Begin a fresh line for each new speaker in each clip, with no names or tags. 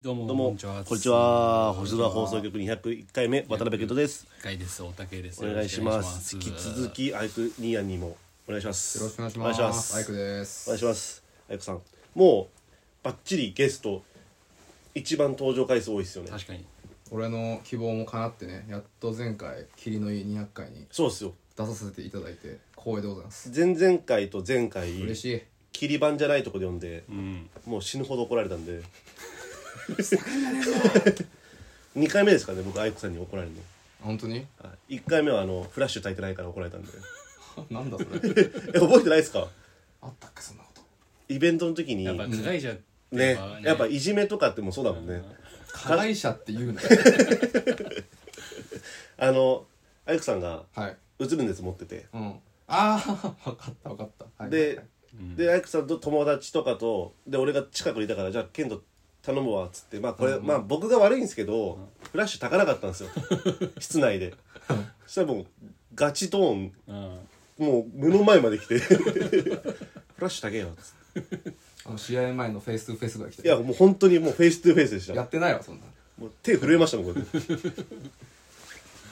どうも
どうも、こ
こんにちは
んにちは。星空放送局201回目、渡辺健人です。
一回です大竹です
お願いします。
よ
引
ろ
き
しくお願いし
続き、アイクニーヤンにもお願いします。
よろしくお願いします。
お願いします。
アイク
お
です。
願いします。アイクさん。もう、バッチリゲスト、一番登場回数多いですよね。
確かに
俺の希望も叶ってね、やっと前回、霧のいい200回に
そうですよ。
出させていただいて、光栄でございます。
前々回と前回、
嬉しい。
切り板じゃないとこで読んで、
うん
もう死ぬほど怒られたんで。2回目ですかね、僕、アイクさんに怒られるの。
本当 に
1回目は、あの、フラッシュ焚いてないから怒られたんで。
なんだそれ。
え、覚えてないですか
あったっけ、そんなこと。
イベントの時に。
やっぱ加害者って
ね
ね
やっぱいじめとかってもそうだもんね、
加害者って言う なよ。
あのアイクさんが
はい。
うつるんです持ってて、
うん。ああ、わかったわかった。はい、
で、
うん
でアイクさんと友達とかとで俺が近くにいたからじゃあケント頼むわっつってまあこれ、まあ僕が悪いんですけど、フラッシュたかなかったん ですよ室内でそしたらもうガチトーン
うん
もう目の前まで来てフラッシュたけよっつっ
あの試合前のフェイストゥフェイスぐらい来
てい
て。
やもう本当にもうフェイストゥフェイスでした
やってないわ、そんな。
もう手震えましたもんこうやってっ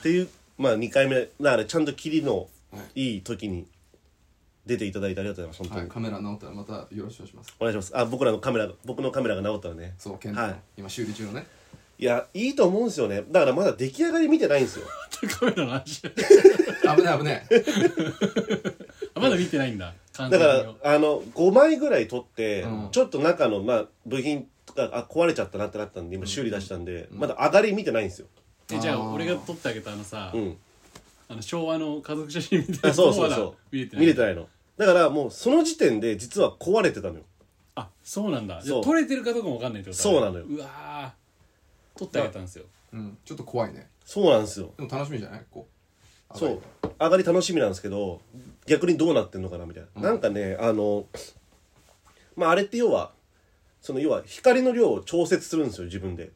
ていうまあ2回目だからちゃんと切りのいい時に出ていただいてありがとうございます本当
は
に、
い、カメラ直ったらまたよろしくお願いします。
お願いしますあ僕らのカメラ僕のカメラが直ったらね
そう、ケントの、
は
今修理中のね。
いいやいいと思うんですよねだからまだ出来上がり見てないんですよ
カメラの話
危ない危ない。
あまだ見てないんだ完
だ
全
か
に
らあの5枚ぐらい撮って、
うん
ちょっと中のまあ部品とかあ壊れちゃったなってなったんで今修理出したんで、まだ上がり見てないんですよ
えじゃ
あ
あ
ー
俺が撮ってあげたあのさ
うん
あの昭和の家族写真みたいな
あそうそう
まだ
そう
見れてない
見れてないのだからもうその時点で実は壊れてたのよ
あそうなんだじゃ
そ
あ
う
撮れてるかどうかもわかんないってことだ
そうなのよ
うわー撮ってあげたんですよ
うん。ちょっと怖いね。
そうなんですよ
でも楽しみじゃないこう。
そう上がり楽しみなんですけど逆にどうなってんのかなみたいな、なんかねあのまああれって要はその要は光の量を調節するんですよ自分で、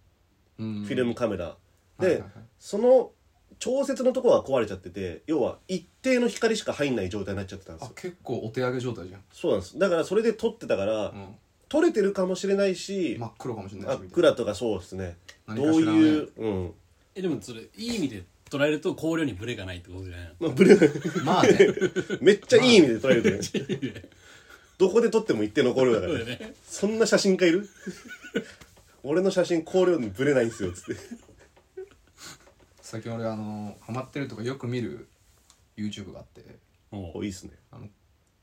う。うん。
フィルムカメラで、
はいはいはい
その調節のとこは壊れちゃってて要は一定の光しか入んない状態になっちゃってたんです
あ
よ
結構お手上げ状態じゃん、
そうなんですだからそれで撮ってたから、
うん、
撮れてるかもしれないし、
真っ黒かもしれ
あ
ない
っ
しみたいな
暗とかそうですねど
何
う
かしらね
いう、うん
えでもそれいい意味で捉えると光量にブレがないってことじゃないの
まあ、ブルー
まあね
めっちゃいい意味で撮れるね
いいね
どこで撮っても一定の光量だか
そう
ら
だよね
そんな写真家いる 俺の写真光量にブレないんですよつって
最近俺あのハマってるとかよく見る YouTube があって
もう
おいいっすね
あの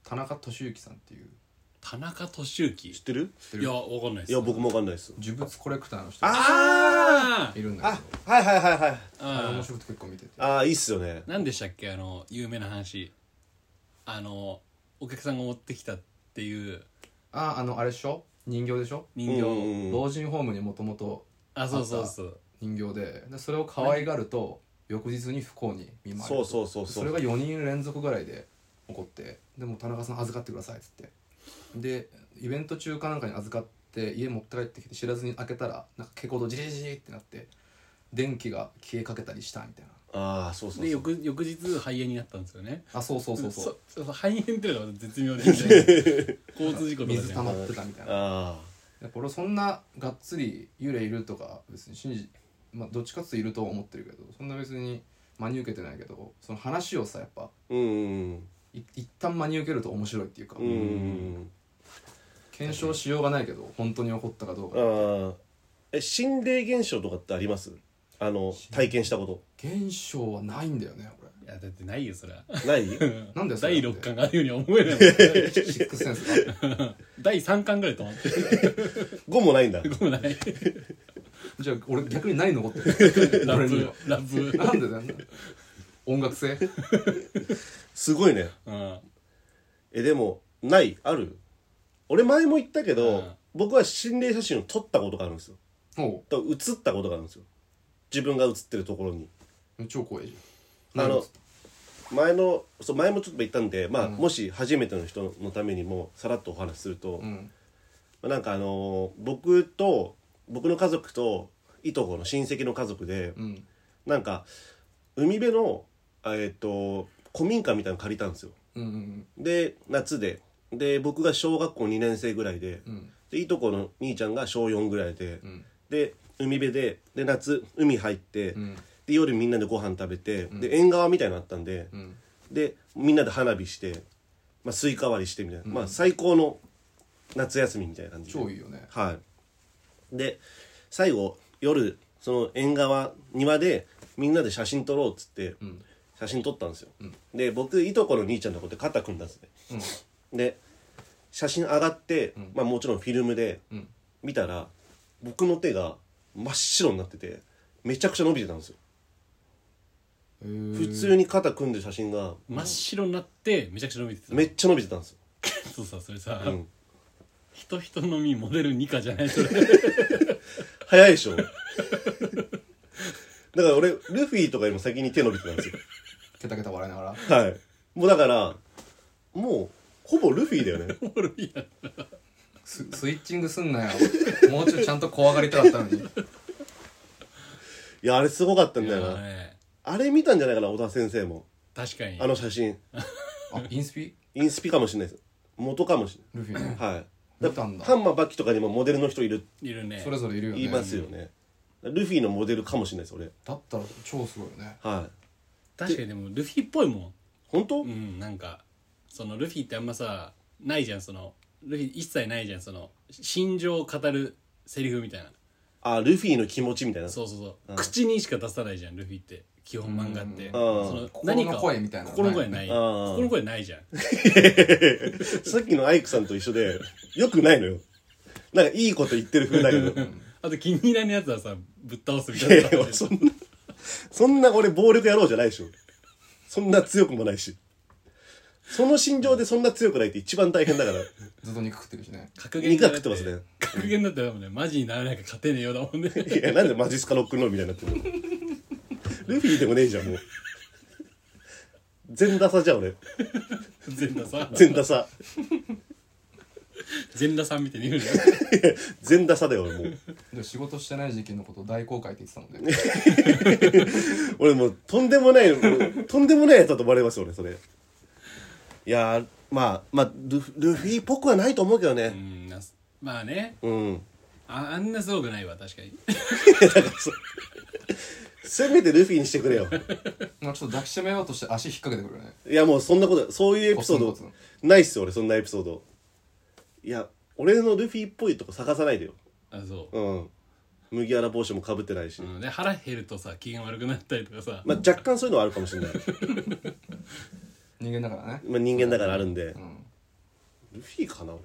田中俊之さんっていう
田中俊之
知ってる
知って
い
る
やわかんないです
いや僕もわかんないっす
呪物コレクターの人が
あ
あ
いるん
ーあ
だ
はいはいはいはい
ー
けどあれ
あ
面
ー
白くて結構見てて
ああいいっすよね
何でしたっけあの有名な話あのお客さんが持ってきたっていう
ああのあれでしょ人形でしょ
人形、
うんうんうん
老人ホームにもともと
あそうそうそう
人形ででそれを可愛がると翌日に不幸に見舞われ
そう
る
そうそうそ
それ
う
が4人連続ぐらいで起こってでもう田中さん預かってくださいっつってでイベント中かなんかに預かって家持って帰ってきて知らずに開けたらなんか蛍光灯ジリジリってなって電気が消えかけたりしたみたいな
ああそうそう
で
そう
翌翌日肺炎になったんですよね
あそうそうそうそう
そ そ肺炎っていうのが絶妙で交通事故とか
水
じゃ
溜
ん
まってたみたいな
あ
やっぱ俺そんながっつり幽霊いるとか別に信じまあどっちかっつうといるとは思ってるけどそんな別に真に受けてないけどその話をさやっぱ
あうんうん
い一旦真に受けると面白いっていうか、
うんうん
検証しようがないけど本当に起こったかどうか
うんああえ心霊現象とかってありますあの体験したこ
現象はないんだよね
いやだってないよそれは
とない
なんだよそ
第
れ
6巻があるように思えない
俺シックスセンスが
第3巻ぐらい止まってる
5もないんだ
でもないラ
じゃあ俺逆に何残ってる俺
ッ
には
プラップ
なんでなんだよ音楽性
すごいね
うん
えでもないある俺前も言ったけ
う
ど、
ん
僕は心霊写真を撮ったことがあるんですよ
お
と映ったことがあるんですよ自分が映ってるところに
う超怖いじゃん
あ
何
の前のそう前もちょっと言ったんで、まあ
うん
もし初めての人のためにもさらっとお話しすると、
うん
まあなんかあのー僕と僕の家族といとこの親戚の家族で、
うん
なんか海辺のえっ、と古民家みたいなの借りたんですよ
うんうん
で夏でで僕が小学校2年生ぐらいで,、
うん
でいとこの兄ちゃんが小4ぐらいで、
うん
で海辺でで夏海入って、
うん
で夜みんなでご飯食べて、
ん
で縁側みたいなのあったんで、
うん
でみんなで花火して、まあ、スイカ割りしてみたいな、まあ最高の夏休みみたいな感じで
超いいよね
はいで最後夜その縁側庭でみんなで写真撮ろうっつって、
ん
写真撮ったんですよ、で僕いとこの兄ちゃんのことで肩組んだんですね、で写真上がって、まあ、もちろんフィルムで
ん
見たら僕の手が真っ白になっててめちゃくちゃ伸びてたんですよ普
普
通に肩組んでる写真が
真っ白になってめちゃくちゃ伸びてた
めっちゃ伸びてたんですよ、
そうさそれさ、
うん、
人人のみモデル2かじゃないそれ
早いでしょ だから俺ルフィとかよりも先に手伸びてたんですよ
ケタケタ笑いながら
はいもうだからもうほぼルフィだよね
おもろいやん
ススイッチングすんなよもうちょいちゃんと怖がりたかったのに
いやあれすごかったん
い
だよ
や
な
ね
あれ見たんじゃないかな小田先生も
確かに
あの写真
あインスピ
インスピかもしれないです元かもし
ルフィね
れないはい
見たんだ
ハンマーバキとかにもモデルの人いる
いるね
それぞれいるよね
言いますよねルフィのモデルかもしれないです俺
だったら超すごいよね
はい
確かにでもルフィっぽいも
本当、
んうんなんかそのルフィってあんまさないじゃんそのルフィ一切ないじゃんその心情を語るセリフみたいな
あルフィの気持ちみたいな
そうそうそう、
うん
口にしか出さないじゃんルフィって基本漫画って、
うん
その
心の声みたいなの
心の声ない
ないうん
心の声ないじゃん
さっきのアイクさんと一緒で、よくないのよ。なんかいいこと言ってる風だけど。
あと気に入らないやつはさぶっ倒すみた
い
いな
や
い
や俺そんな、そんな俺暴力野郎じゃないでしょ。そんな強くもないし。その心情でそんな強くないって一番大変だから。
ずっと肉食ってるしね
格言
肉
だ
が食ってますね。
格言だって多分ねマジにならなきゃ勝てねえようだもんね
いや、なんでマジスカロックンロールみたいになってるのルフィでもねえじゃん、もう。全ダサじゃん、俺。
全裸さん
全ダサ。
全裸さん見て見るじゃん
全ダサだよ、俺もう。
で仕事してない時期のことを大公開って言ってたもんね
俺もうとんでもないもうとんでもないやつだと思われますよ俺それいやーまあまあルフルフィっぽくはないと思うけど
う
ね
んなまあね
うん
ああんなすごくないわ確かに
せめてルフィにしてくれよ
なんかちょっと抱きしめようとして足引っ掛けてくるよね
いやもうそんなことそういうエピソー
ポ
ド
ツンポ
ないっすよ俺そんなエピソードいや俺のルフィっぽいとこ探さないでよ
あそう
うん麦わら帽子もかぶってないし、
うんで腹減るとさ機嫌悪くなったりとかさ
まあ若干そういうのはあるかもしれない、
人間だからね
まあ、人間だからあるんで、
うん
ルフィかな俺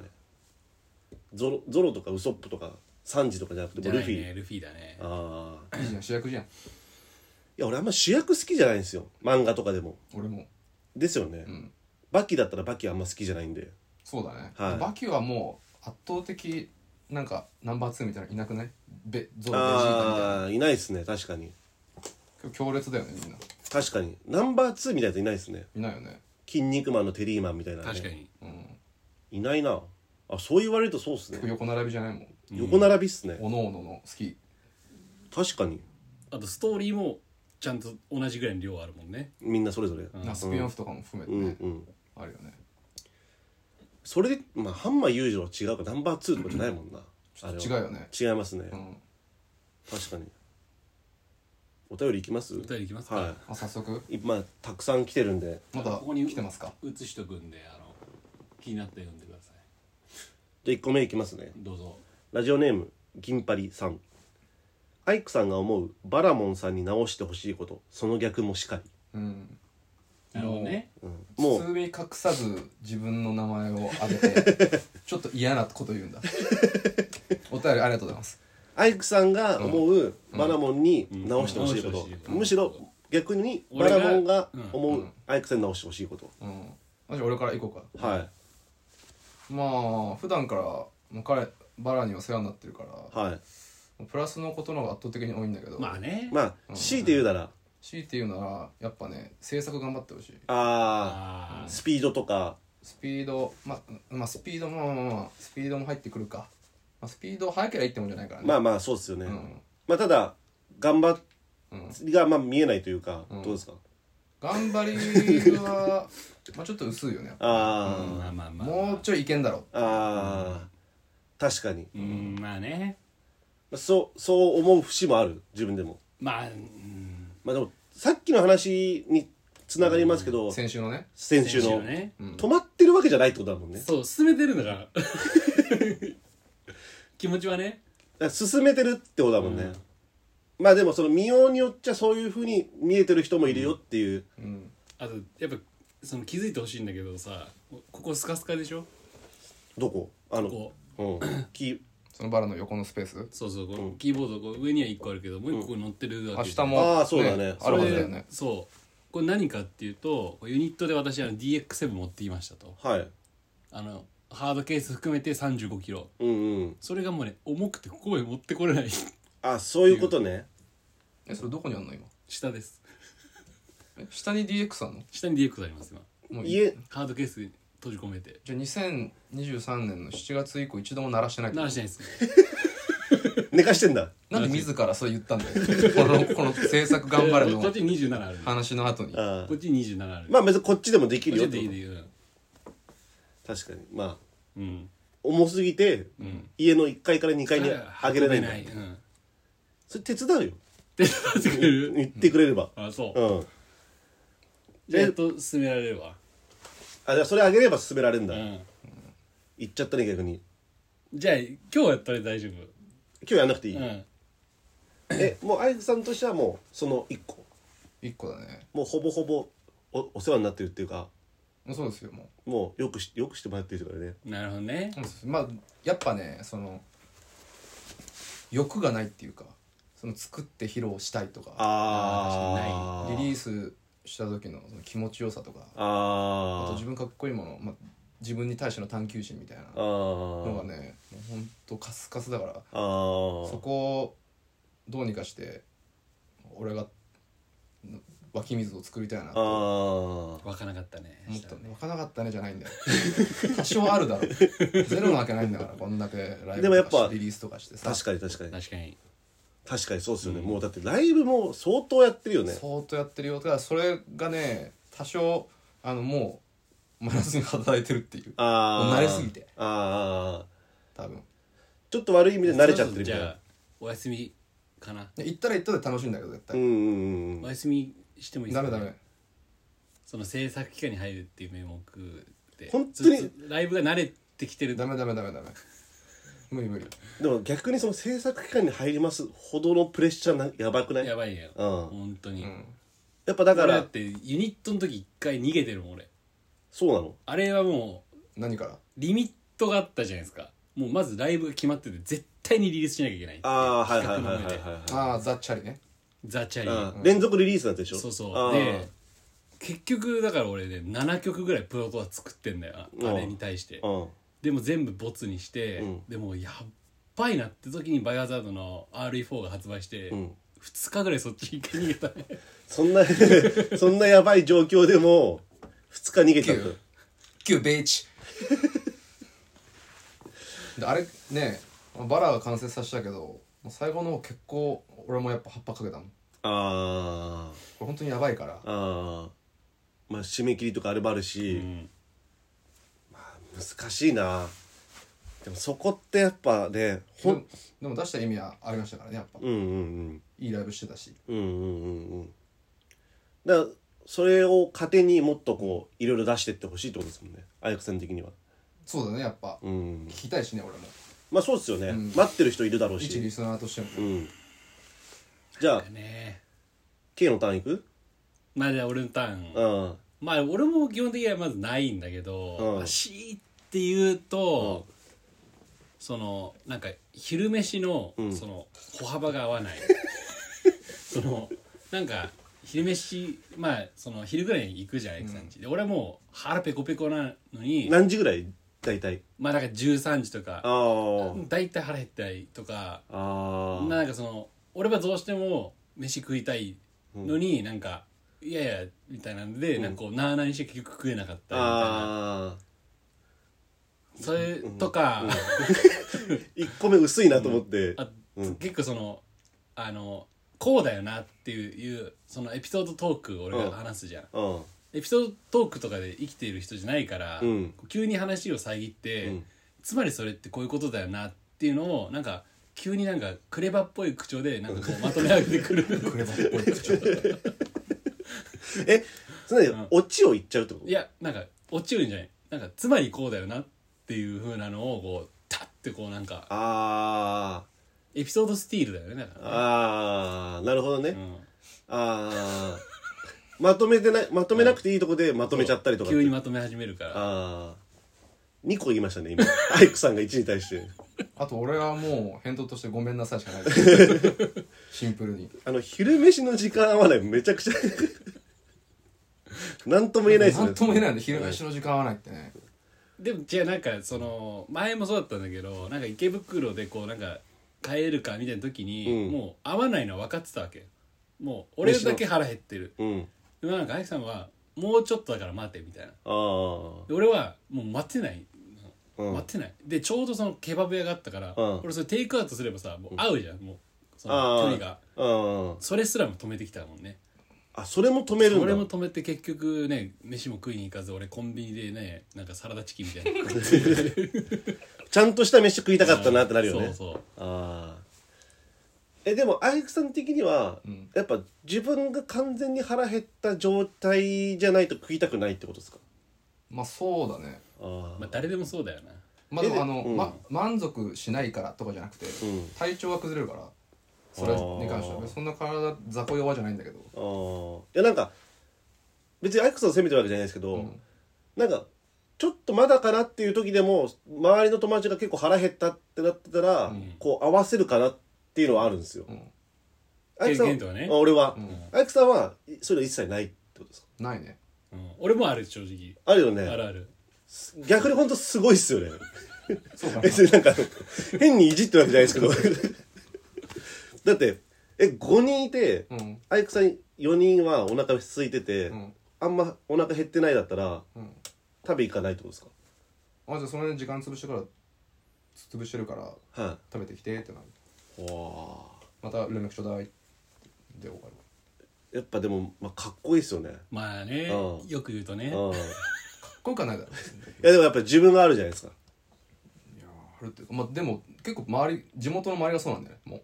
ゾロゾロとかウソップとかサンジとかじゃなくて
じゃ
もう
な
ル
い
フィ、
ねルフィだね
ああ
いいじゃん主役じゃん
いや俺あんま主役好きじゃないんですよ漫画とかでも
俺も
ですよね、
ん
バキだったらバキあんま好きじゃないんで
そうだね、
はい
バキはもう圧倒的なんかナンバー2みたいなのいなくないベゾウベジータみたいな
ああいないですね確かに
今日強烈だよねみんな
確かにナンバー2みたいなやついないですね
いないよね
筋肉マンのテリーマンみたいな、ね、
確かに
うん
いないなあそう言われるとそうっすね
結構横並びじゃないもん
横並びっすね、
おのおのの好き
確かに
あとストーリーもちゃんと同じぐらいの量あるもんね
みんなそれぞれ
なスピンオフとかも含め
うんう
てね、
ん
あるよね
それでまあハンマー裕次郎は違うかナンバー2とかじゃないもんなあれは
違うよね
違いますね、
うん
確かにお便りいきますお
便りいきますか
は
あ早速
い今たくさん来てるんで
まだ
ここに
来てますか
映しとくんであの気になったら読んでください
じゃあ1個目いきますね
どうぞ
ラジオネーム銀パリさんアイクさんが思うバラモンさんに直してほしいことその逆もしかり、
うん
なるほどね
うんもう
包み隠さず自分の名前を挙げてちょっと嫌なこ と言うんだお便りありがとうございます
アイクさんが思うバラモンに直してほしいこ
うん
と
うん直してほしい、こと
むしろ逆にバ
俺が
ラモンが思
う
うんアイクさんに直してほしいこと、
うんあじゃあ俺から行こうか
はい
まあ普段からもう彼バラには世話になってるから、
はい
もうプラスのことの方が圧倒的に多いんだけど、
まあね
まあ強いて言うなら
強いて言うならやっぱね制作頑張ってほしい
あ
あ
ースピードとか
スピードまあまあスピードもまあまあまあスピードも入ってくるか、まあ、スピード速ければいいってもんじゃないからね
まあまあそうですよね、
うん
まあただ頑張
うん
りがまあ見えないというか、ど
ん
うですか
頑張りはまあちょっと薄いよねやっぱ
あ
あま
ー、
あまあまあ
もうちょいいけんだろ
あー確かに
うんまあね
あそうそう思う節もある自分でも
まあ、うん、
まあでもさっきの話につながりますけど、
先週のね
先週の、
先ね、
止まってるわけじゃないってことだもんねだか
そう進めてるのが 気持ちはね
ら進めてるってことだもんね、
うん
まあでもその見ようによっちゃそういうふうに見えてる人もいるよっていう、
うん
あとやっぱその気づいてほしいんだけどさここスカスカでしょ
どこあの
こ
うん、 き
そのバラの横のスペース
そうそうこう、
うん
キーボードこう上には1個あるけどもう1個ここに乗ってるわ
明
け
日も
あーそうだね
ある
こ
はず
れ
だよね
そうこれ何かっていうとユニットで私あの DX7 持ってきましたと
はい
あのハードケース含めて3 5キロ
うんうん
それがもうね重くてここへ持ってこれない
あそういうことね
えそれどこにあんの今
下です
え下に DX あんの
下に DX あります今
もうい
家
ハードケースに閉じ込めて
じゃあ2023年の7月以降一度も鳴らしてないって
な
こ
ら
と
しないですね
寝かしてんだ
なんで自らそう言ったんだよ このこの制作頑張れ
こっ
の
ち27ある
話の後に
あ
こっち27ある
まあ別にこっちでもでき
こっ
る
ち
よって
で
こ
いいで
と
いいよ
確かにまあ
うん
重すぎて、
ん
家の1階から2階に上げれないんだ
運べうん
それ手伝うよ
手伝ってくれる
言ってくれれば、
あそううんじゃあやっと進められるわ
あじゃあそれ上げれば進められるん
う
だ、
ん
言っちゃったね逆に
じゃあ今日やったら大丈夫
今日やんなくていい、
うん
えもうアイクさんとしてはもうその1個
一個だね
もうほぼほぼおお世話になってるっていうか
もうそうですよも
もうよくしよくしてもらってるからね
なるほどね
うそうですまあやっぱねその欲がないっていうかその作って披露したいとか
ああ
リリー
ス
スした時のその気持ちよさとかあ
あー
と自分かっこいいもの、まあ、自分に対しての探求心みたいな
あ
の
ー
がねもうほんとカスカスだから
あー
そこをどうにかして俺が湧き水を作りたいな
あ
と
ー
わかなかったね
思ったね湧かなかったねじゃないんだよ 多少あるだろゼロなわけないんだからこんだけライ
でも
ブ
や
と
っ
か
ぱ
してリリースとかしてさ
確かに確かに
確かに
確かにそうですよね、もうだってライブも相当やってるよね
相当やってるよだからそれがね多少あのもうマイナスに働いてるっていう
あ
も
あ
う慣れすぎて
ああ
多分
ちょっと悪い意味で慣れちゃってるみ
じ
たい
ゃ
な
あお休みかな
で行ったら行ったで楽しいんだけど絶
うんう
対、
んうん
お休みしてもいいで
ダ
す
メ
か
ダメ
その制作期間に入るっていう名目で
本当に
ずっとライブが慣れてきてる
ダメダメダメダメ無理無理
でも逆にその制作期間に入りますほどのプレッシャーなやばくない
やばいよ
うん
本当に
うん
やっぱだか
俺だ
ら
ってユニットの時一回逃げてるもん俺
そうなの
あれはもう
何から
リミットがあったじゃないですかもうまずライブが決まってて絶対にリリースしなきゃいけない
ああーはいはい
企画
はい
の
は
上
い
で
は
ああザ・チャリね
ザ・チャ
い
リ
はい、う
ー
ん、連続リリースなんでしょ
そう
あ
そう
ー
で結局だから俺ね7曲ぐらいプロトは作ってんだよ
うん
あれに対して
うん
でも全部ボツにして、
うん
でもうやっばいなって時に「バイオハザード」の RE4 が発売して、
う
二
ん
2日ぐらいそっちに逃げたね
そんなそんなやばい状況でも2日逃げたんだ
九キューベイ チであれねバラが完成させたけど最後の方結構俺もやっぱ葉っぱかけたもんこ
あー
れ本当にやばいから
あーまあ締め切りとかあれもある
う
し、
ん
難しいなでもそこってやっぱね
で
ほ
も
ん
でも出した意味はありましたからねやっぱ
うんうん
いいライブしてたし
うんうんうんうんうんだからそれを糧にもっとこういろいろ出してってほしいってことですもんねあやくさん的には
そうだねやっぱ
うん
聞きたいしね俺も
まあそうですよね、
うん
待ってる人いるだろう
一リ
し
スナーとしても
うんじゃあ
ね
K のターンいく
まあじゃあ俺のターン、
うん
まあ俺も基本的にはまずないんだけど、
うん
まあ強いって言うと、そのなんか昼飯の、
うん
その歩幅が合わないそのなんか昼飯まあその昼ぐらいに行くじゃんエクさんち、で俺はもう腹ペコペコなのに
何時ぐらい大体
まあなんか13時とか
あー
大体腹減ったりとか
あー
なんかその俺はどうしても飯食いたいのに、なんかいやいやみたいなんで、なんかこうなあなあにして結局食えなかったりみたいな
あ
それとか、
ー1個目薄いなと思って、
あ
うん
結構そのあのこうだよなっていういうそのエピソードトークを俺
うん
が話すじゃん、
うん
エピソードトークとかで生きている人じゃないから、
うん
急に話を遮って、
うん
つまりそれってこういうことだよなっていうのをなんか急になんかクレバっぽい口調でなんかこうまとめ上げてく る
クレバっぽい口調
えつまり
ん
オチを言っちゃうってこと
いやなんか落ちるんじゃないなんかつまりこうだよなっていう風なのをこうタッてこうなんか
あ
エピソードスティールだよねだか
ー
らね
あーなるほどね、
うん
あーまとめてないまとめなくていいとこでまとめちゃったりとかって
急にまとめ始めるから
ああ2個言いましたね今アイクさんが1に対して
あと俺はもう返答としてごめんなさいしかないシンプルに
あの昼飯の時間合わないめちゃくち ゃなんとも言えないですね
なんとも言えないんで昼飯の時間合わないってね
でもじゃあなんかその前もそうだったんだけどなんか池袋でこうなんか帰るかみたいな時に、
うん
もう合わないのは分かってたわけもう俺だけ腹減ってる
うん
でもなんかアキさんはもうちょっとだから待てみたいな
ああ
で俺はもう待てない、
うん
待てないでちょうどそのケバブ屋があったから、
うん
俺それテイクアウトすればさもう合うじゃんもうその
あー
距離が
あ
それすらも止めてきたもんね
ああそれも止めるんだ
それも止めて結局ね飯も食いに行かず俺コンビニでねなんかサラダチキンみたいなの食って
ちゃんとした飯食いたかったなってなるよね、
そうそう
ああえでもアイクさん的には、
うん
やっぱ自分が完全に腹減った状態じゃないと食いたくないってことですか
まあそうだね
ああ、
まあ誰でもそうだよな
まあで
えで
もあの、
うん
ま、満足しないからとかじゃなくて、
うん
体調は崩れるからそれに関して
あー
はそんな体雑魚弱じゃないんだけ
あ
ど、
あいやなんか別にアイクさんを責めてるわけじゃないですけど、
うん
なんかちょっとまだかなっていう時でも周りの友達が結構腹減ったってなってたら、
ん
こう合わせるかなっていうのはあるんですよ、
うん
アイクさん
経験とはね
あ俺は、
うん
アイクさんはそういうの一切ないってことですか
ないね
うん、俺もある正直
あるよ
ある
ね
ある
逆に本当すごいっすよね
そうかな
別になんか変にいじってるわけじゃないですけどだってえ5人いて、
うん
アイクさん4人はお腹空いてて、
うん
あんまお腹減ってないだったら
うん
食べ行かないってことですか
あじゃあその辺時間潰してから潰してるから
は
食べてきてってなる
い、わあ
また連絡ちょうだいで終わる
やっぱでも、まあ、かっこいいですよね
まあね
うん
よく言うとね
うんい
今回はない だろ
やでもやっぱ自分があるじゃないですか
いやーあるっていうかまあでも結構周り地元の周りがそうなんだよねも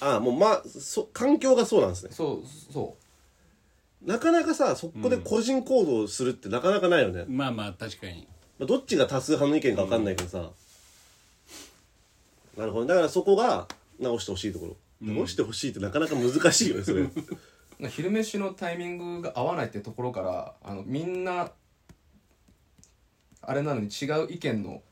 ああもうまあそ環境がそうなんですね
うそうそ
なかなかさそこで個人行動するってなかなかないよね、
まあまあ確かに
まあ、どっちが多数派の意見か分かんないけどさ、なるほどだからそこが直してほしいところ、直してほしいってなかなか難しいよねそれ
うな昼飯のタイミングが合わないってところからあのみんなあれなのに違う意見の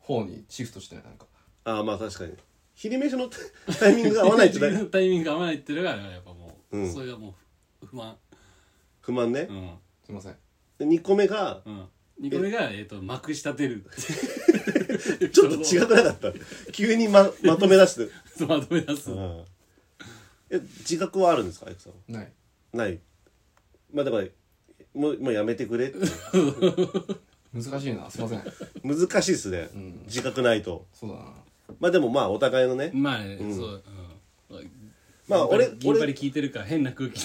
方にシフトしてないなんか
ああまあ確かに昼飯の タイミングが合わないって だ
タイミングが合わないっていうのがやっぱもう、
うん
それがもう不満
不満ね
う、ん
すいません
で2個目が
うん2個目が、えっとまくし立てる
ちょっと違くなか った急にままとめ出して
そうまとめ出す、
うんえ自覚はあるんですかアイクさんは
ない
ないまあだからもうもうやめてくれって
難しいなすいません
難しいっすね、自覚ないと
そうだな
まあでもまあお互いのね、
まあ、そう、うん、
まあ俺
銀パリ
俺
聞いてるから変な空気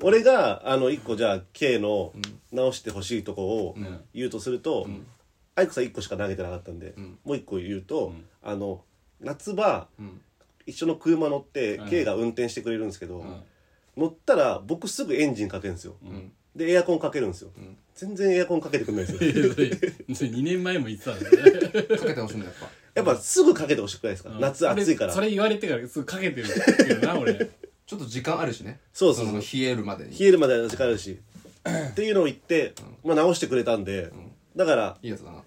俺があの一個じゃあ K の直してほしいとこを
ん
言うとすると、アイクさん一個しか投げてなかったんで、もう一個言うと、あの夏場、
ん
一緒の車乗って
うん
K が運転してくれるんですけど、乗ったら僕すぐエンジンかけるんですよ、
ん
でエアコンかけるんですよ、全然エアコンかけてくんないですよ
2年前も言ってたんだね
かけてほしいんだやっぱ
やっぱすぐかけてほしくないですか、 夏暑いから
それそれ言われてからすぐかけてる けどな俺
ちょっと時間あるしね
そうそうそう
の冷えるまでに
冷えるまで時間あるしっていうのを言って、まあ、直してくれたんで、だから
いいやつだな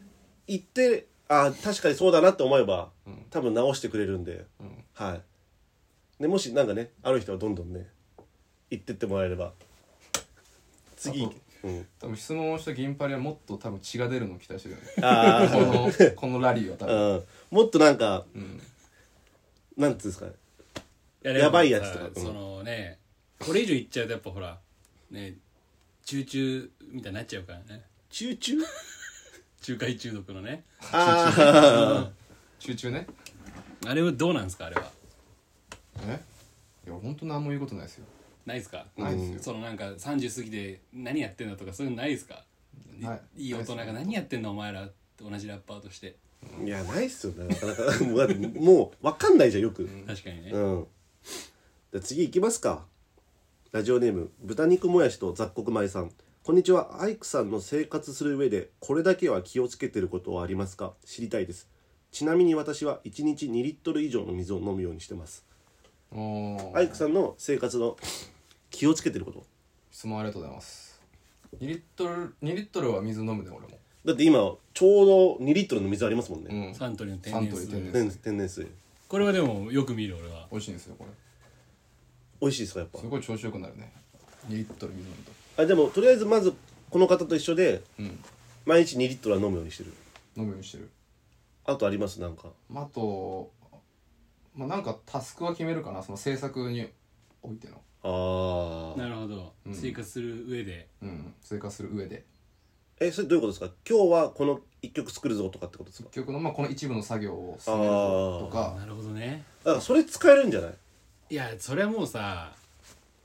言ってあー確かにそうだなって思えば、多分直してくれるんで、はいでもしなんかねある人はどんどんね言ってってもらえれば次
あと
うん、
多分質問をした銀パリはもっと多分血が出るのを期待して るよね
あ
このこのラリーは多分
ー、うん、もっとなんか、なんつうんですかね
や
やばいやつとか
でもさそのねこれ以上言っちゃうとやっぱほらね中中みたいになっちゃうからね
チューチュー
中華中毒のね
あ
集中ね
あれはどうなんですかあれは
えいや本当何も言うことないですよ
ないですか
ないですよ
そのなんか30過ぎで何やってんだとかそういうのないですか
ない
いい大人が何やってんだお前らって同じラッパーとして
いやないっすよねなかなかもうだってもう分かんないじゃんよく
確かにね、
うんじゃあ次行きますかラジオネーム豚肉もやしと雑穀米さんこんにちはアイクさんの生活する上でこれだけは気をつけてることはありますか知りたいですちなみに私は1日2リットル以上の水を飲むようにしてます
おー
アイクさんの生活の気をつけてること
質問ありがとうございます2リットル2リットルは水飲むね俺も
だって今ちょうど2リットルの水ありますもん
う
ね、
ん
サントリーの天
サン
然
トリ
水
ー天然
天天然水
これはでもよく見る俺は
美味しいんですよこれ
美味しいですかやっぱ
すごい調子よくなるね2リットル水飲むと
あでもとりあえずまずこの方と一緒で
うん
毎日2リットルは飲むようにしてる
飲むようにしてる
あとありますなんか
まああとまあなんかタスクは決めるかなその制作においての
あ
な
あ
るほど、
うん
生活する上で
うん追加する上で
えそれどういうことですか今日はこの1曲作るぞとかってことですか
結局の、まあ、この一部の作業を進めるぞとか
なるほどね
だからそれ使えるんじゃない
いやそれはもうさ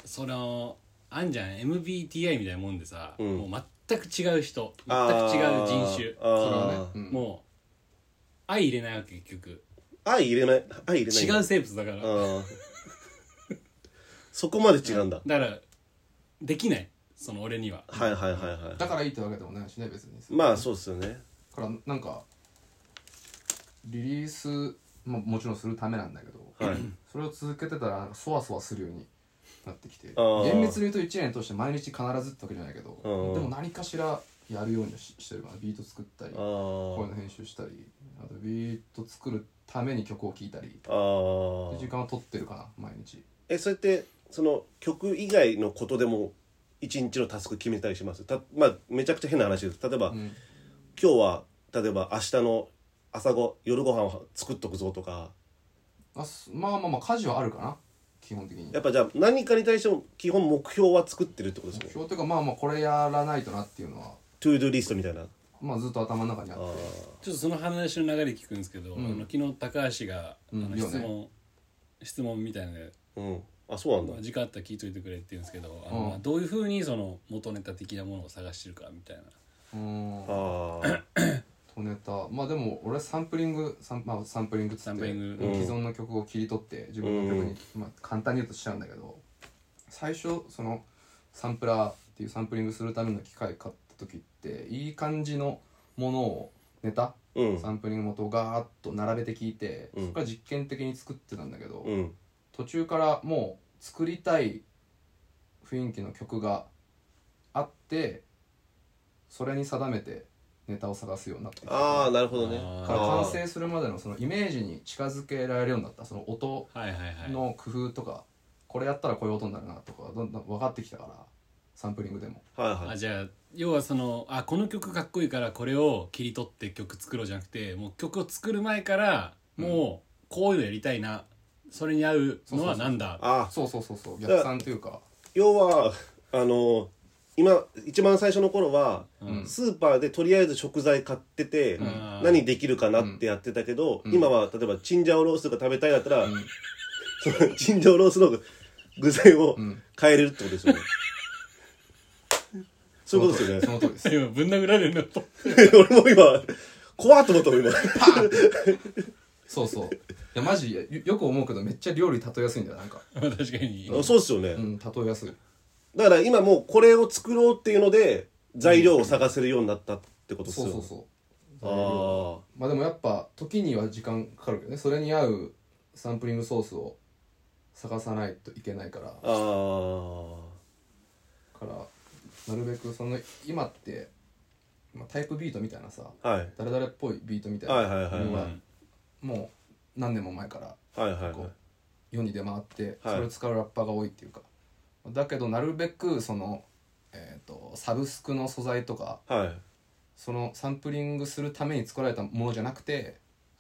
そのあんじゃん MBTI みたいなもんでさ、
ん
もう全く違う人全
あ
く
ー
違う人種
それはね
あ、
う
ー
ん、
もう相入れないわけ結局
相入れない相入れない
違う生物だから
あーそこまで違うんだ、
だからできないその俺には
はいはいはいはい
だからいいってわけでもないしね別に
まあそうですよね
だからなんかリリース、まあ、もちろんするためなんだけど、
はい
それを続けてたらなんかそわそわするようになってきて
あー
厳密に言うと1年通して毎日必ずってわけじゃないけどで
うん
も何かしらやるようにはししてるかなビート作ったり
あ
声
ー
の編集したりあとビート作るために曲を聴いたり
あー
時間を取ってるかな毎日
えそれってその曲以外のことでも一日のタスク決めたりしますたまあめちゃくちゃ変な話です例えば、
うん
今日は例えば明日の朝ご夜ご飯を作っとくぞとか
あすまあまあまあ家事はあるかな基本的に
やっぱじゃあ何かに対しても基本目標は作ってるってことです
目
ね
標というかまあまあこれやらないとなっていうのは
トゥードゥリストみたいな
まあずっと頭の中にあっ
あ
て
ちょっとその話の流れ聞くんですけど、
うん
あの昨日高橋が、
うん
あの
いいよ
質
ね
問、質問みたいなので
ーうんあそうなんだ
まあ時間あったら聞いといてくれって言うんですけどあの、
うん
まあどういうふうにその元ネタ的なものを探してるかみたいな
うん
あー
とネタまあでも俺サンプリングサン,、まあ、サンプリングっつって
サンプリング
うん既存の曲を切り取って自分の曲に、まあ、簡単に言うとしちゃうんだけど最初そのサンプラーっていうサンプリングするための機械買った時っていい感じのものをネタ、
うん
サンプリング元をガーッと並べて聞いて、
うん
そこから実験的に作ってたんだけど、
うん
途中からもう作りたい雰囲気の曲があってそれに定めてネタを探すようになってきた
ああなるほどね
あー
から
あー
完成するまでのそのイメージに近づけられるようになったその音
はいはいはい
の工夫とか、これやったらこういう音になるなとかどんどん分かってきたからサンプリングでも
はいは
あ
い
じゃあ要はそのあこの曲かっこいいからこれを切り取って曲作ろうじゃなくてもう曲を作る前からもうこういうのやりたいな、それに合うのはなんだ
あ
そうそうそうそう逆算というか
要はあの今一番最初の頃は、
ん
スーパーでとりあえず食材買ってて、
ん
何できるかなってやってたけど、
ん
今は例えばチンジャオロースが食べたいだったら、
ん
その チンジャオロースの具材を
ん
変えれるってことですよ ね、そういうことですよ
そ
ね
の通りです
今ぶん殴られるなと
俺も今怖っと思ったもん今
そうそういやマジよよく思うけどめっちゃ料理例えやすいんだよなんか、
確かに、
あそうですよね、
うん、例えやすい
だから今もうこれを作ろうっていうので材料を探せるようになったってことです
そ
よ
う
ね
そうそう
あ
まあでもやっぱ時には時間かかるけどねそれに合うサンプリングソースを探さないといけないから
ああ
からなるべくその今って、まあ、タイプビートみたいなさ
あはい
誰々っぽいビートみたい
はいはい
な
はい
の
う
が
ん
もう何年も前から
はいはいはい
こう世に出回って
はい
それを使うラッパーが多いっていうか、だけどなるべくその、えー、とサブスクの素材とか
はい
そのサンプリングするために作られたものじゃなくて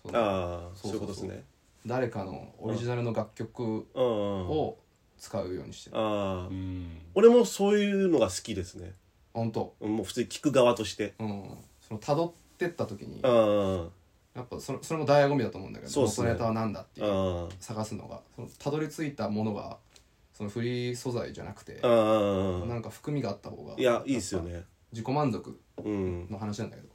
その
ああそ
そうう
い
そうう
こ
そう
とですね
誰かのオリジナルの楽曲
うんうんうん
を使うようにしてる、
ああ
うん
俺もそういうのが好きですね
本当
もう普通に聞く側として
うんその辿ってった時に
うんうん
やっぱそれそれも醍醐味だと思うんだけど
そうっすね
元ネタは何だっていう
うん
探すのがそのたどり着いたものがそのフリー素材じゃなくて
うんうんうん
なんか含みがあった方が
いやいいっすよね
自己満足
うん
の話なんだけど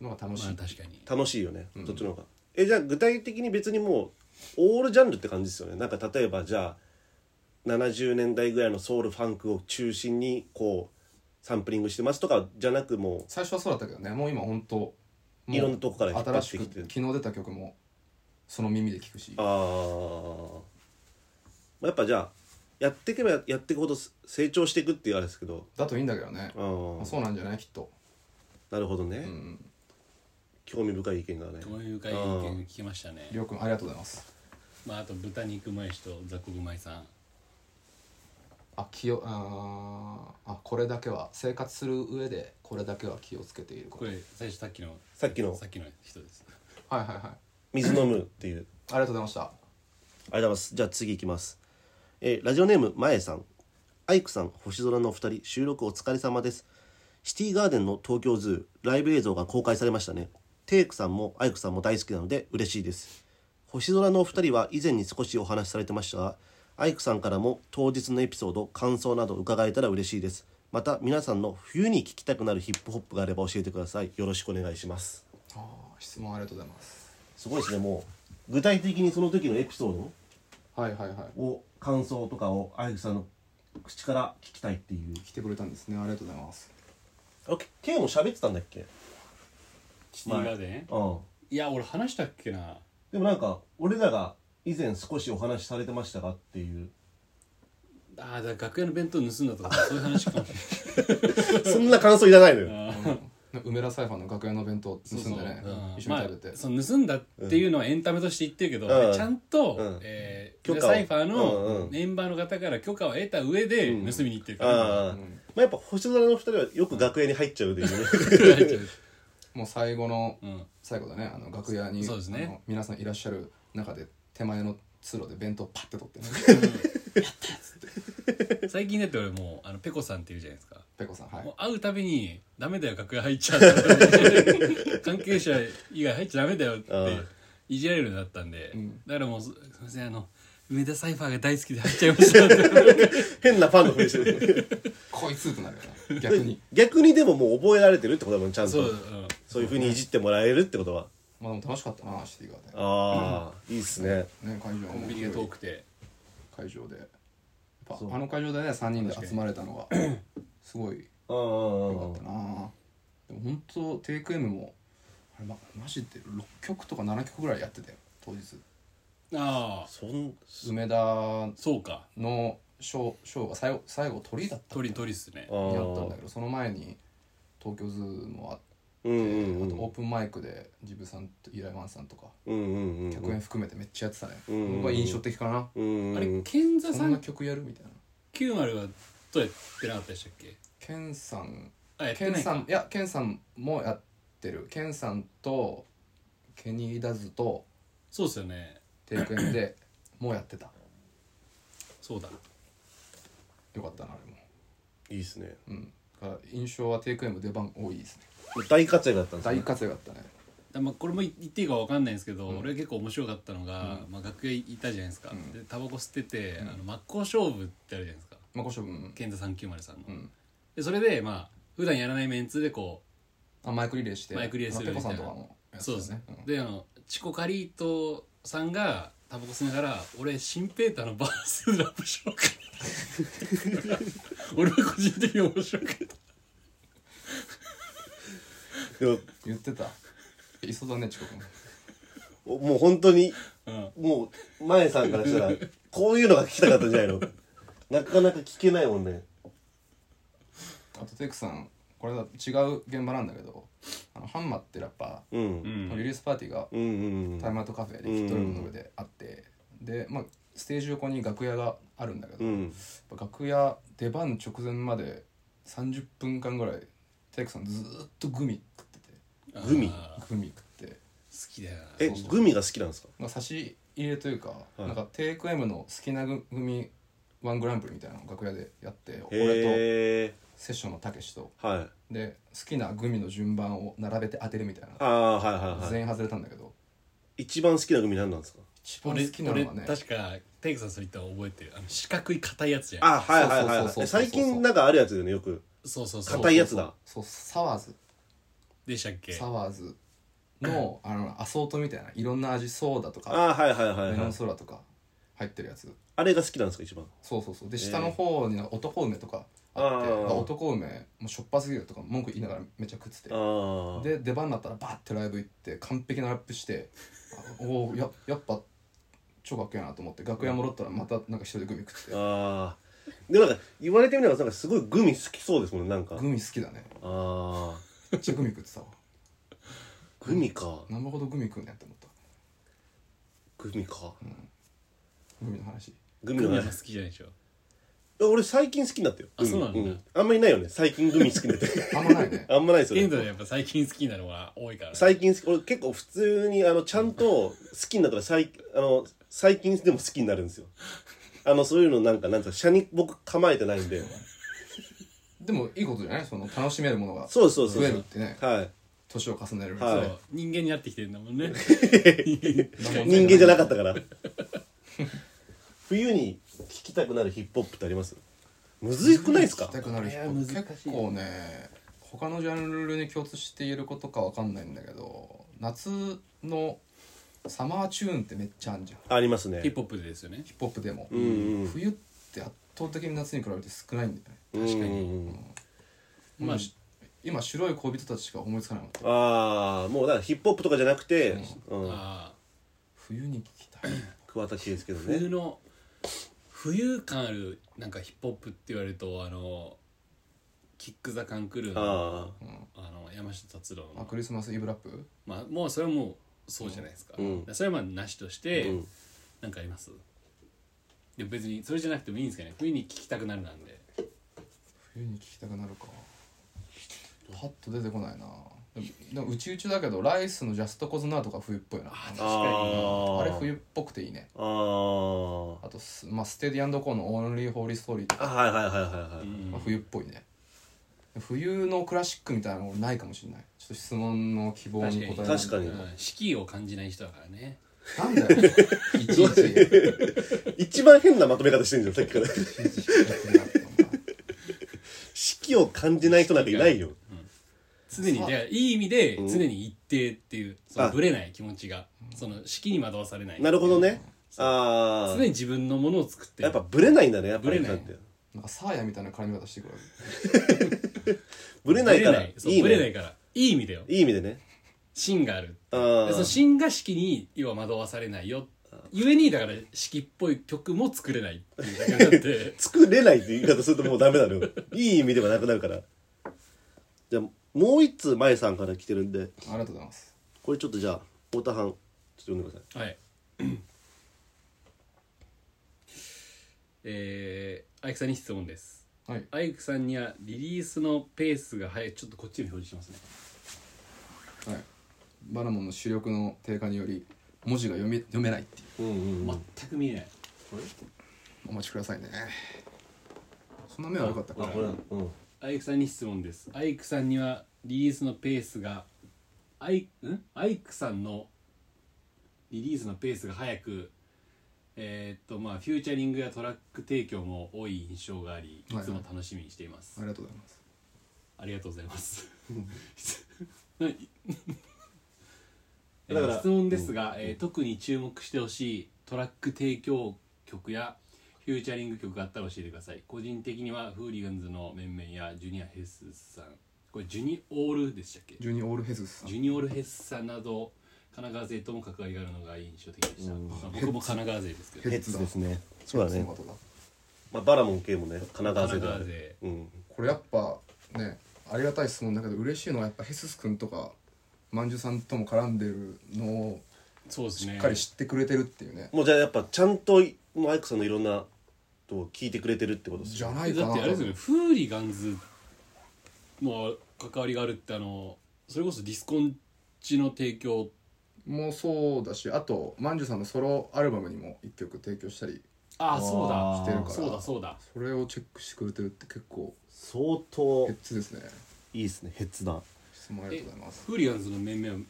のが楽しい、
まあ確かに
楽しいよね、そっちの方がえじゃあ具体的に別にもうオールジャンルって感じですよねなんか例えばじゃあ70年代ぐらいのソウルファンクを中心にこうサンプリングしてますとかじゃなくも
最初はそうだったけどねもう今本当もう
いろんなとこから引っ張
新
っ
してく
きて
昨日出た曲もその耳で聞くし
うああやっぱじゃあやっていけばやっていくほど成長していくっていうあれですけど
だといいんだけどね
あ、ー
そうなんじゃないきっと、
なるほどね、
うん、
興味深い意見だね
興味深い意見が聞きましたね
りょうくんありがとうございます
まああと豚肉まいしと雑穀まいさん
あ気をあーあこれだけは生活する上でこれだけは気をつけているこ
ことれ最初さっきの
さっきの
さっきの人です
はいはいはいあ
水飲むっていう
りがとうございました
ありがとうございます。じゃあ次いきます。えーラジオネーム、まえさん。アイクさん、星空のお二人、収録お疲れ様です。シティガーデンの東京ズー、ライブ映像が公開されましたね。テイクさんもアイクさんも大好きなので嬉しいです。星空のお二人は以前に少しお話しされてましたが、アイクさんからも当日のエピソード、感想など伺えたら嬉しいです。また皆さんの冬に聴きたくなるヒップホップがあれば教えてください。よろしくお願いします。
あー質問ありがとうございます
すごいですね、もう。具体的にその時のエピソード
はいはいはい
を感想とかをアイクさんの口から聞きたいっていう
来てくれたんですねありがとうございます
あケケイも喋ってたんだっけうん
シティガーデンいや俺話したっけな
でもなんか俺らが以前少しお話しされてましたがっていう
ああだから楽屋の弁当盗んだとかそういう話かもしれない
そんな感想いらないのよ
梅田サイファーの楽屋の弁当盗
そうんそう、
でね
うん
一緒に食べて、
まあ、その盗んだっていうのはエンタメとして言ってるけど、
うん
ちゃんと、
うん
えー
許可を
サイファー
うんう
の
ん
メンバーの方から許可を得た上で
うん
盗みに行ってるから、
ああ、まあやっぱ星空の二人はよく楽屋に入っちゃうでいうね
もう最後の
うん
最後だねあの楽屋に
そうですね
あの皆さんいらっしゃる中で手前の通路で弁当パッて取ってね
最近だって俺もうあのペコさんっていうじゃないですか
ペコさんはい
もう会うたびに「ダメだよ楽屋入っちゃうって」関係者以外入っちゃダメだよ」って
うん
いじられるようになったんで、
ん
だからもうすすいませんあの梅田サイファーが大好きで入っちゃいました
変なファンのふりしてる
こいつってなるよね逆に
逆にでももう覚えられてるってことだもんちゃんと
そ、
そ
うん、
うういうふうにいじってもらえるってことは
まあでも楽しかったなシティガー
ああ、いいっすね
デンね会場
コンビニが遠くて
会場でやっぱ
そう
あの会場でね3人で集まれた のがすごい
ああ
良かったなでも本当テイク M もあれ、ま、マジで6曲とか7曲ぐらいやってたよ当日
ああ
そん
梅田
そうか
のショーショーが最後最後鳥だったっけ
鳥鳥っすね
ああ
にあったんだけどその前に東京ズームは
うんうんう
あ
ん
とオープンマイクでジブさんとイライマンさんとか
うんうんうん
客演含めてめっちゃやってたね、
うんうんうん
僕は印象的かな、
うん
あれ賢座
そ
さ
んなん曲やるみたいな
90はどうやってなかったでしたっけ
ケンさん
あやっ
ケ
て
ン
ない
さ
か
んいやケンさんもやってるケンさんとケニー・ダズと
そうっすよね
テイクエンでもうやってた
そうだ
よかったなあれも
いいっすね
うんだから印象はテイクエンも出番多いですね
大活躍だったんですね
大活躍だったね
だまあこれも言っていいかわかんないんですけど、俺は結構面白かったのが、まあ、楽屋いたじゃないですか、でタバコ吸ってて、あの真っ向勝負ってあるじゃないですか
まあご処分
健太390さんの、
ん
でそれでまあ普段やらないメンツでこ
あマイクリレーして
マイクリレーする
ペコさんとかも
う
やってた
そうですね、
ん
であのチコカリートさんがタバコ吸いながら「俺新ペーターのバースラップしようか」 俺は個人的に面白かった
でも
言ってたいそうだねチコ君
おもう本当に、
うん
もう前さんからしたらこういうのが聞きたかったんじゃないのなかなか聞けないもんね
あとテイクさんこれだ違う現場なんだけどあのハンマーってラッパ
うん、
ーのリリースパーティーが
うんうん
タイムアウトカフェでヒットルームの上であって、で、まあ、ステージ横に楽屋があるんだけど、
う
やっ
ん
ぱ楽屋出番直前まで30分間ぐらいテイクさんずーっとグミ食ってて
グミ
あー
グミ食っ
好
て
きだよな
えグミが好きなんですか
なんか差し入れというか、
い
なんかテイク M の好きなグミワングランプリみたいなのを楽屋でやって俺と
へえ
セッションのたけしと
はい
で好きなグミの順番を並べて当てるみたい
あ
な、
あはいはいは
全員外れたんだけど
い一番好きなグミ何なんですか
一番
俺
好きなのはね
俺確かテイクさんそれ言ったの覚えてるあの四角い硬いやつじゃん
あはいはいはい
そうそうそうそう
はい最近なんかあるやつだよねよく
そうそうそう
硬いやつだ
そうサワーズ
でしたっけ
サワーズ のあのアソートみたいないろんな味ソーダとか
ああはいはいはいは
メロ
い
ンソーダとか入ってるやつ
あれが好きなんですか一番
そうそうそうで
えー
下の方に男梅とかあって
あー
まあ男梅もうしょっぱすぎるとか文句言いながらめっちゃ食ってて
ああ
で出番になったらバーってライブ行って完璧なラップしてあおおややっぱ超かっこいいなと思って楽屋戻ったらまたなんか一人でグミ食ってて
ああでもなんか言われてみればなんかすごいグミ好きそうですもんねなんか
グミ好きだね
ああ
めっちゃグミ食って たわ
グミか
何ほどグミ食うねんって思った
グミか
グミの話
グミ
グ
の
ミは
話
好きじゃないでしょ
俺最近好きになったよ
あそうなんだ
ん、あんまりないよね最近グミ好きになって
あんまない ね
あんまないです
イ
よ
ンド
ね
でやっぱ最近好きなのが多いからね、
最近好き俺結構普通にあのちゃんと好きになったら最あの最近でも好きになるんですよあのそういうのなんかなんか車に僕構えてないんで
でもいいことじゃないその楽しめるものが
そうそうそう
増える
そ
っ
う
てね
はい
年を重ねるにつれ
そう
はい
人間になってきてるんだもんね
人間じゃなかったから冬に聴きたくなるヒップホップってありますむずくないですか
聞きたくなる人
これは難しい
結構ね他のジャンルに共通していることかわかんないんだけど夏のサマーチューンってめっちゃあんじゃん
ありますね
ヒップホップですよね
ヒップホップでも、
うんうん
冬って圧倒的に夏に比べて少ないんだよね
確
かにま
ま
あ
あ今白い恋人たちしか思いつかないもん
ああもうだからヒップホップとかじゃなくて、うん
あ
冬に聞きたい
桑田佳祐の
ー
ね
冬の冬感あるなんかヒップホップって言われるとあのキック・ザ・カンクルーの
あ
あ
あ
の山下達郎
あ
の
クリスマスイブラップ
まあもうそれはもうそうじゃないですか、
うん
それはまあなしとして、
うん
なんかありますで別にそれじゃなくてもいいんですかね冬に聴きたくなるなんで
冬に聞きたくなるかパッと出てこないなでもでもうちうちだけどライスのジャストコズナーとか冬っぽいな
あ
あ
あ
あ
れ冬っぽくていいね
あー
あとス、まあ、ステディアンドコーの「オンリー・ホーリー・ストーリー」とか、
あはいはいはいはいはい、
うん
まあ、冬っぽいね冬のクラシックみたいなの俺ないかもしれないちょっと質問の希望に答えられない
確かに
うん四季を感じない人だからね
なんだよいちいちいち
一番変なまとめ方してるじゃんさっきから
いちやってるなって思う
四季を感じない人なんかいないよ
常に
そう
じゃあいい意味で
うん
常に一定っていうその
あ
ぶれない気持ちがその式に惑わされない
なるほどねあ
常に
あ
自分のものを作って
やっぱブレないんだねやっぱり
ブレない
だって
なんかサーヤみたいな絡み方してくるわ
ブレないから
ぶれ
い
そう
い
ぶれない
ね
からいい意味だよ
いい意味でね
芯がある
あ
でその
あ
芯が式に要は惑わされないよゆえにだから式っぽい曲も作れないっていうだけになって
作れないって言い方するともうダメな のよいい意味ではなくなるからじゃあもう一通前さんから来てるんで
けありがとうございます
これちょっとじゃあ太田藩ちょっと読んでください
はい えー、アイクさんに質問です
はい
アイクさんにはリリースのペースが早いちょっとこっちに表示しますね
はいバラモンの視力の低下により文字が読め読めないっていう
うんうんうん
全く見えない
お待ちくださいねそんな目悪かった
あ
か
これうん
アイクさんに質問ですアイクさんにはリリースのペースがアイんアイクさんのリリースのペースが早くえーっとまあフューチャリングやトラック提供も多い印象がありい
はいはい
つも楽しみにしています、
ありがとうございます
ありがとうございます 何え
だから
ー質問ですが、えー特に注目してほしいトラック提供曲やフューチャリング曲があったら教えてください個人的にはフーリガンズの面々やジュニア・ヘスさんこれジュニオールでしたっけ
ジュニオールヘズスさん
ジュニオール・ヘスさんなど神奈川勢とも関わりがあるのが印象的でした、
うん
まあ僕も神奈川勢ですけど
ヘ
ヘ
ッ
ッ
ズ
ズ
で
ですすねそうだ
そ
ね
のことだ
まあバラモン系もね神奈川勢
神奈川
だ
勢
うん
これやっぱねありがたい質問だけど嬉しいのはやっぱヘスス君とかまんじゅうさんとも絡んでるのを
そうです
し
ね
っかり知ってくれてるっていうね
もうじゃあやっぱちゃんともうアイクさんのいろんなことを聞いてくれてるってことです
じ
よ
ゃないか
だっ
な
てあれですよねフーリガンズの関わりがあるってあのそれこそディスコンチの提供
もうそうだしあとまんじゅうさんのソロアルバムにも1曲提供したり
ああそうだ
してるから
そうだそうだ
それをチェックしてくれてるって結構
相当
ヘッズですね
いいですねヘッズだ
質問ありがとうございます
フーリガンズの面々は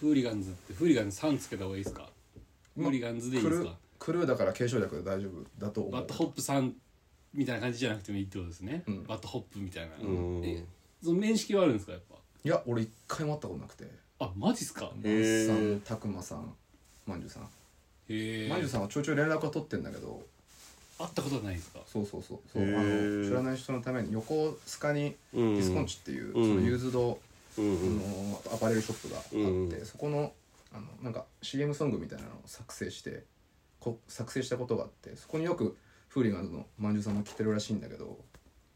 フーリガンズってフーリガンズ3つけた方がいいですかフ
ま
ーリガンズでいい
ク
で
ル
す
ー
か
クルーだから継承略で大丈夫だと思
バッ
う
トホップ3みたいな感じじゃなくてもいいってことですね、
うん
バットホップみたいな、
うん
えその面識はあるんですかやっぱ
いや俺一回も会ったことなくて
あマジっすか
マ
へ
ッ
ー
さん拓磨さんまんじゅうさん
へえ
まんじゅうさんはちょいちょい連絡は取ってんだけど
会ったことないですか
そうそうそうそうあ
へー
の知らない人のために横須賀に
う
デ
ん
ィスコンチっていう、
うん
そのユーズド
うんう
あ
ん
のアパレルショップがあって、
うん
そこのあのなんか CM ソングみたいなのを作成してこ作成したことがあってそこによくフーリガンズのまんじゅうさんも来てるらしいんだけど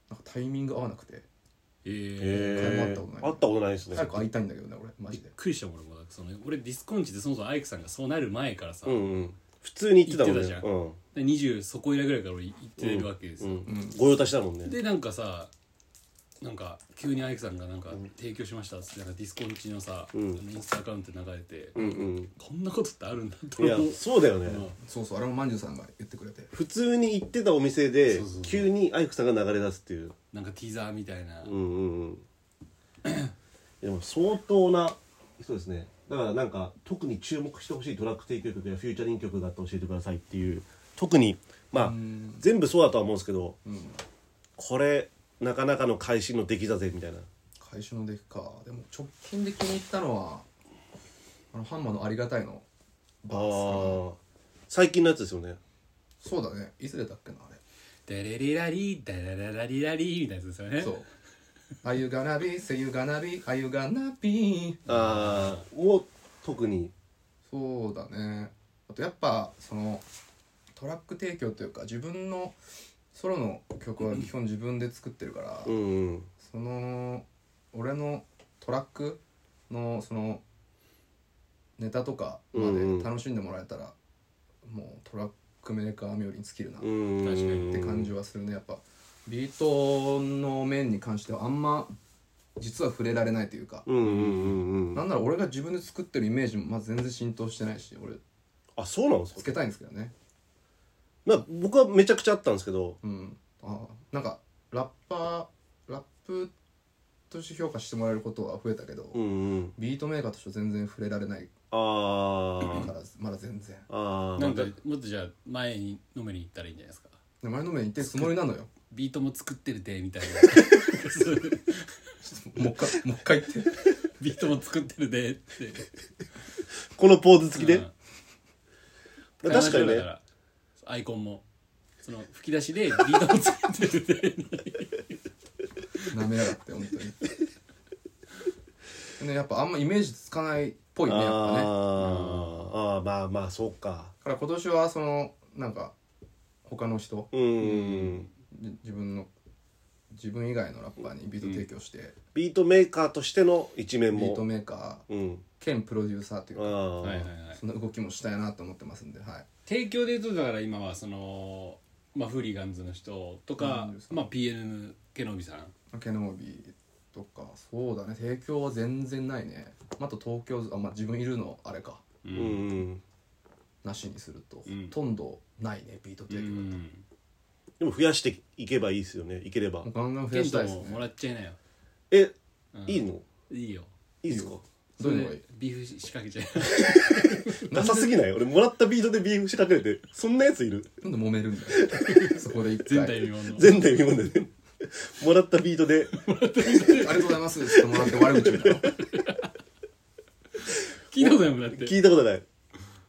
なんかタイミング合わなくて
へえ
え
一回も会ったことな
ー、
い
会ったことないですね
早く会いたいんだけどね俺マ
び
ジ
っ
で
くりしたもん俺もだってその俺ディスコンチでそもそもアイクさんがそうなる前からさ、
うんうん普通に行ってたもんね
行ってたじゃ
うん
で20そこいらぐらいから俺行ってるわけです
う
よ、
ん
ん
御用達だもんね
でなんかさなんか急にアイクさんがなんか提供しましたっつってなんかディスコンチのさ、
うん
あのインスタアカウントに流れて、
うん
こんなことってあるんだ
う
と
んい
思
や
う
そうだよね、
うん
そうそうあれもまんじゅうさんが言ってくれて
普通に行ってたお店で
そうそうそう
急にアイクさんが流れ出すっていう
なんかティザーみたいな、
うんうんうん でも相当なそうですねだからなんか特に注目してほしいトラック提供曲やフューチャリング曲があって教えてくださいっていう特にまあ、
ん
全部そうだとは思うんですけど
うん
これなかなかの会心の出来だぜみたいな
会社のデッキかでも直近で気に入ったのはあのハンマーのありがたいの
あ
バー
ー最近のやつですよね
スそうだねいつ出たっけなあれ
ダレレラリーダラララリラリーみたいなやつですよね
そう「Are you gonna be? Say you gonna be? Are you gonna be?」
ああを特に
そうだねあとやっぱそのトラック提供というか自分のソロの曲は基本自分で作ってるから、
うんうん
その俺のトラックのそのネタとかま
うんうん
で楽しんでもらえたら、もうトラックメーカー冥利に尽きるなっ
うん
確かに
て感じはするねやっぱビートの面に関してはあんま実は触れられないというか、
うんうんうんう
なんんなら俺が自分で作ってるイメージもまず全然浸透してないし俺
あそうなんですか
つけたいんですけどね
まあ僕はめちゃくちゃあったんですけど
うんあなんかラッパーラップとして評価してもらえることは増えたけど、
うんうん
ビートメーカーとして全然触れられない
あ
か
ー
らまだ全然
あー
なんかもっとじゃあ前に飲みに行ったらいいんじゃないですか
で前のめに行ってるつもりなのよ
ビートも作ってるでみたい な
もう一回もう一回言って
ビートも作ってるでって
このポーズ付きで、
うん
確かに
だ
ね
らアイコンもその吹き出しでビートも作ってるで
なめやがって本当にねやっぱあんまイメージつかないっぽいねやっぱね
あー
だ
あーまあまあそうか
から今年はそのなんか他の人
うんうん
じ自分の自分以外のラッパーにビート提供して、
ビートメーカーとしての一面
ビート
も
メーカ
うん
ー兼プロデューサーという
あ
か
あ、
はいはいはい
そんな動きもしたいなと思ってますんではい
提供で言うとだから今はそのまあフーリガンズの人とか
フーリガンズ、さん
まあ、PN ケノビさん
ケノービーとかそうだね提供は全然ないねあと東京あまあ自分いるのあれか
う
うんうん
なしにするとほ
うん
とんどないねビート
う
提供だと
ん
でも増やしていけばいいですよねいければ
もうガンガン増
ケ
や
ン
した
ト
いです
もも
ね
らっちゃいなよ、
え、
うん
いいの
いいよ
いいですか
ど
そう
いう
れ
のがいい
でビーフ仕掛けちゃ
ダサすぎない俺もらったビートでビーフ仕掛けてそんなやついる
なんで揉めるんだ よそこで一
全体
回
未聞の
前代未聞でね もらったビートで
ありがとうございますってもらって悪口みたいな
聞いたことないもんだって
聞いたことない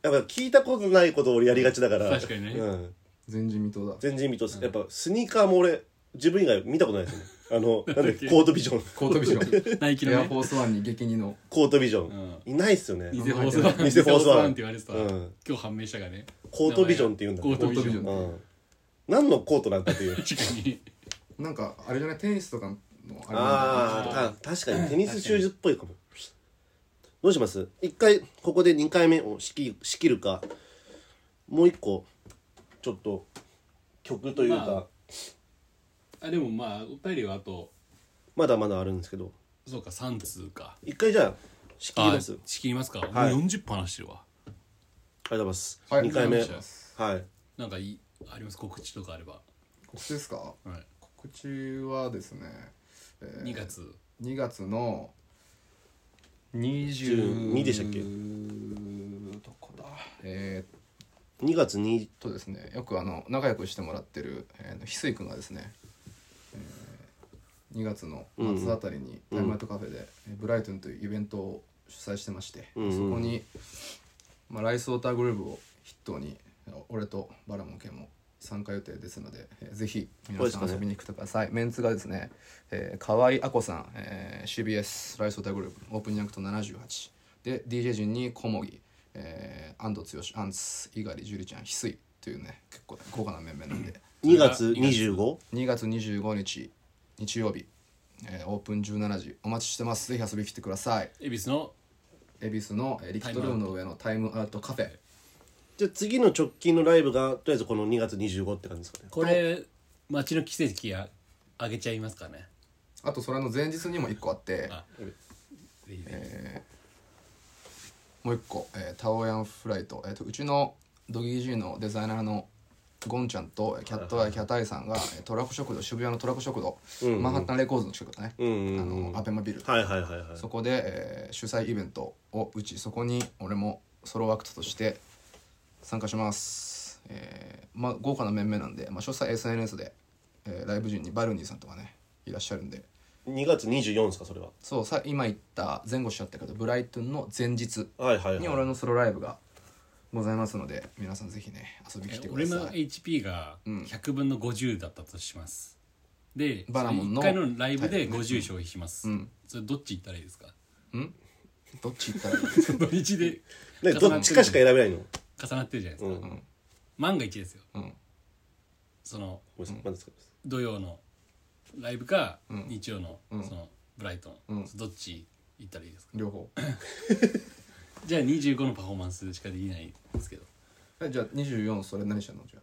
やっぱ聞いたことないことを俺やりがちだから
確かにね
うん、
前人未到だ
前人未到、やっぱスニーカーも俺自分以外見たことないで すねあのなんで
っけ
コートビジョン
コートビジョ
ナイキ
ンエ
の
ア
ね
フォースワンに激似の
コートビジョン、
うん
いないっすよね
偽フォースワン
偽フォースワン
って言われてた、
うん
今日判明したがね
コートビジョンって言うんだ
コートビジョン
う
確
ん、何のコートなんだっていう
かに
なんかあれじゃないテニスとかのあれなんだよね
あーあ確かにテニスシューズっぽいかもどうします一回ここで2回目を仕切仕切るかもう一個ちょっと曲というか、
まああでもまあお便りはあと
まだまだあるんですけど
そうか3通か
一回じゃあ仕切りますあり
あ仕切りますか、
はい
もう40分話してるわ
がとうございます、
はい
2回目
あ
は
りがとうございま
い
なんかいいあります告知とかあれば、
告知ですか
はい、
告知はですね、えー
2月
2月の
22でしたっけ
どこだえーっ
2月2
とですねよくあの仲良くしてもらってる、えー、翡翠くんがですね、え2月の末あたりにタイムアウトカフェで、えブライトンというイベントを主催してまして、
うんうん
そこに、まあ、ライスウォーターグループを筆頭に俺とバラモンケンも参加予定ですので、えーぜひ皆さん遊びに来てください、メンツがですね、えー、河合あこさん、えー CBS ライスウォーターグループオープニングと78で DJ 陣に小麦、えー、安藤剛アンツ猪狩樹里ちゃん翡翠というね結構豪華な面々なんで。
2月 25?
2月25日日曜日、えーオープン17時お待ちしてますぜひ遊びに来てください
恵比寿の
恵比寿の、えーリキッドルームの上のタイムアウトカフェ
じゃあ次の直近のライブがとりあえずこの2月25って感じですかね
これ街の奇跡やあげちゃいますかね
あとそれの前日にも1個あって
あぜひぜ
もう1個、えータオヤンフライト、えーとうちのドギー G のデザイナーのゴンちゃんとえーキャットアイキャタイさんがえートラコ食堂渋谷のトラコ食堂、マンハッタンレコーズの近くだね、
んうん
あのアベマビル、
はいはいはいはい
そこで、えー主催イベントを打ちそこに俺もソロアクトとして参加します、えーまあ、豪華な面々なんで、まあ、詳細 SNS で、えーライブ陣にバルニーさんとかねいらっしゃるんで
2月24ですかそれは
そうさ今言った前後しちゃったけどブライトンの前日
はいはい
に
は
俺
い
のソロライブがございますので皆さんぜひね遊びに
ひ
来てく
俺
だ
の
さい
HP が100分の50だったとしますで
バラモンの
1回のライブで50消費します、それどっち行ったらいいですか
どっち行ったらいい
土日で
ねどっちかしか選べないのご
重なってるじゃないですか、
うん
万が一ですよ
うん
その
めんなさいまだ使います
土曜のライブか、
ん
日曜のそのブライトン、
うん
どっち行ったらいいですか
両方
じゃあ25のパフォーマンスしかできないですけど
えじゃあ24それ何してんのじゃあ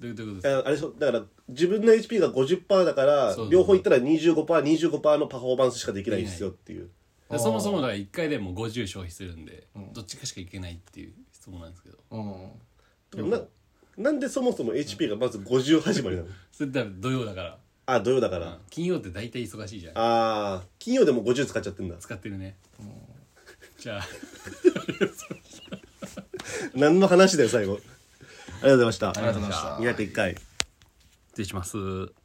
どういうどういうこと
あ
ですか
あれそうだから自分の HP が50%だから
そうそう
両方いったら 25%25% のパフォーマンスしかできないんですよっていう
でそもそもだから1回でも50消費するんで、どっちかしかいけないっていう質問なんですけど
うん
でもななんでそもそも HP がまず50始まりなの
それだから土曜だから、
あ土曜だか
う
ら
ん金曜って大体忙しいじゃん
あー金曜でも50使っちゃってんだ
使ってるねじゃあ
何の話だよ最後ありがとうございました
ありがとうございました
201回
失礼します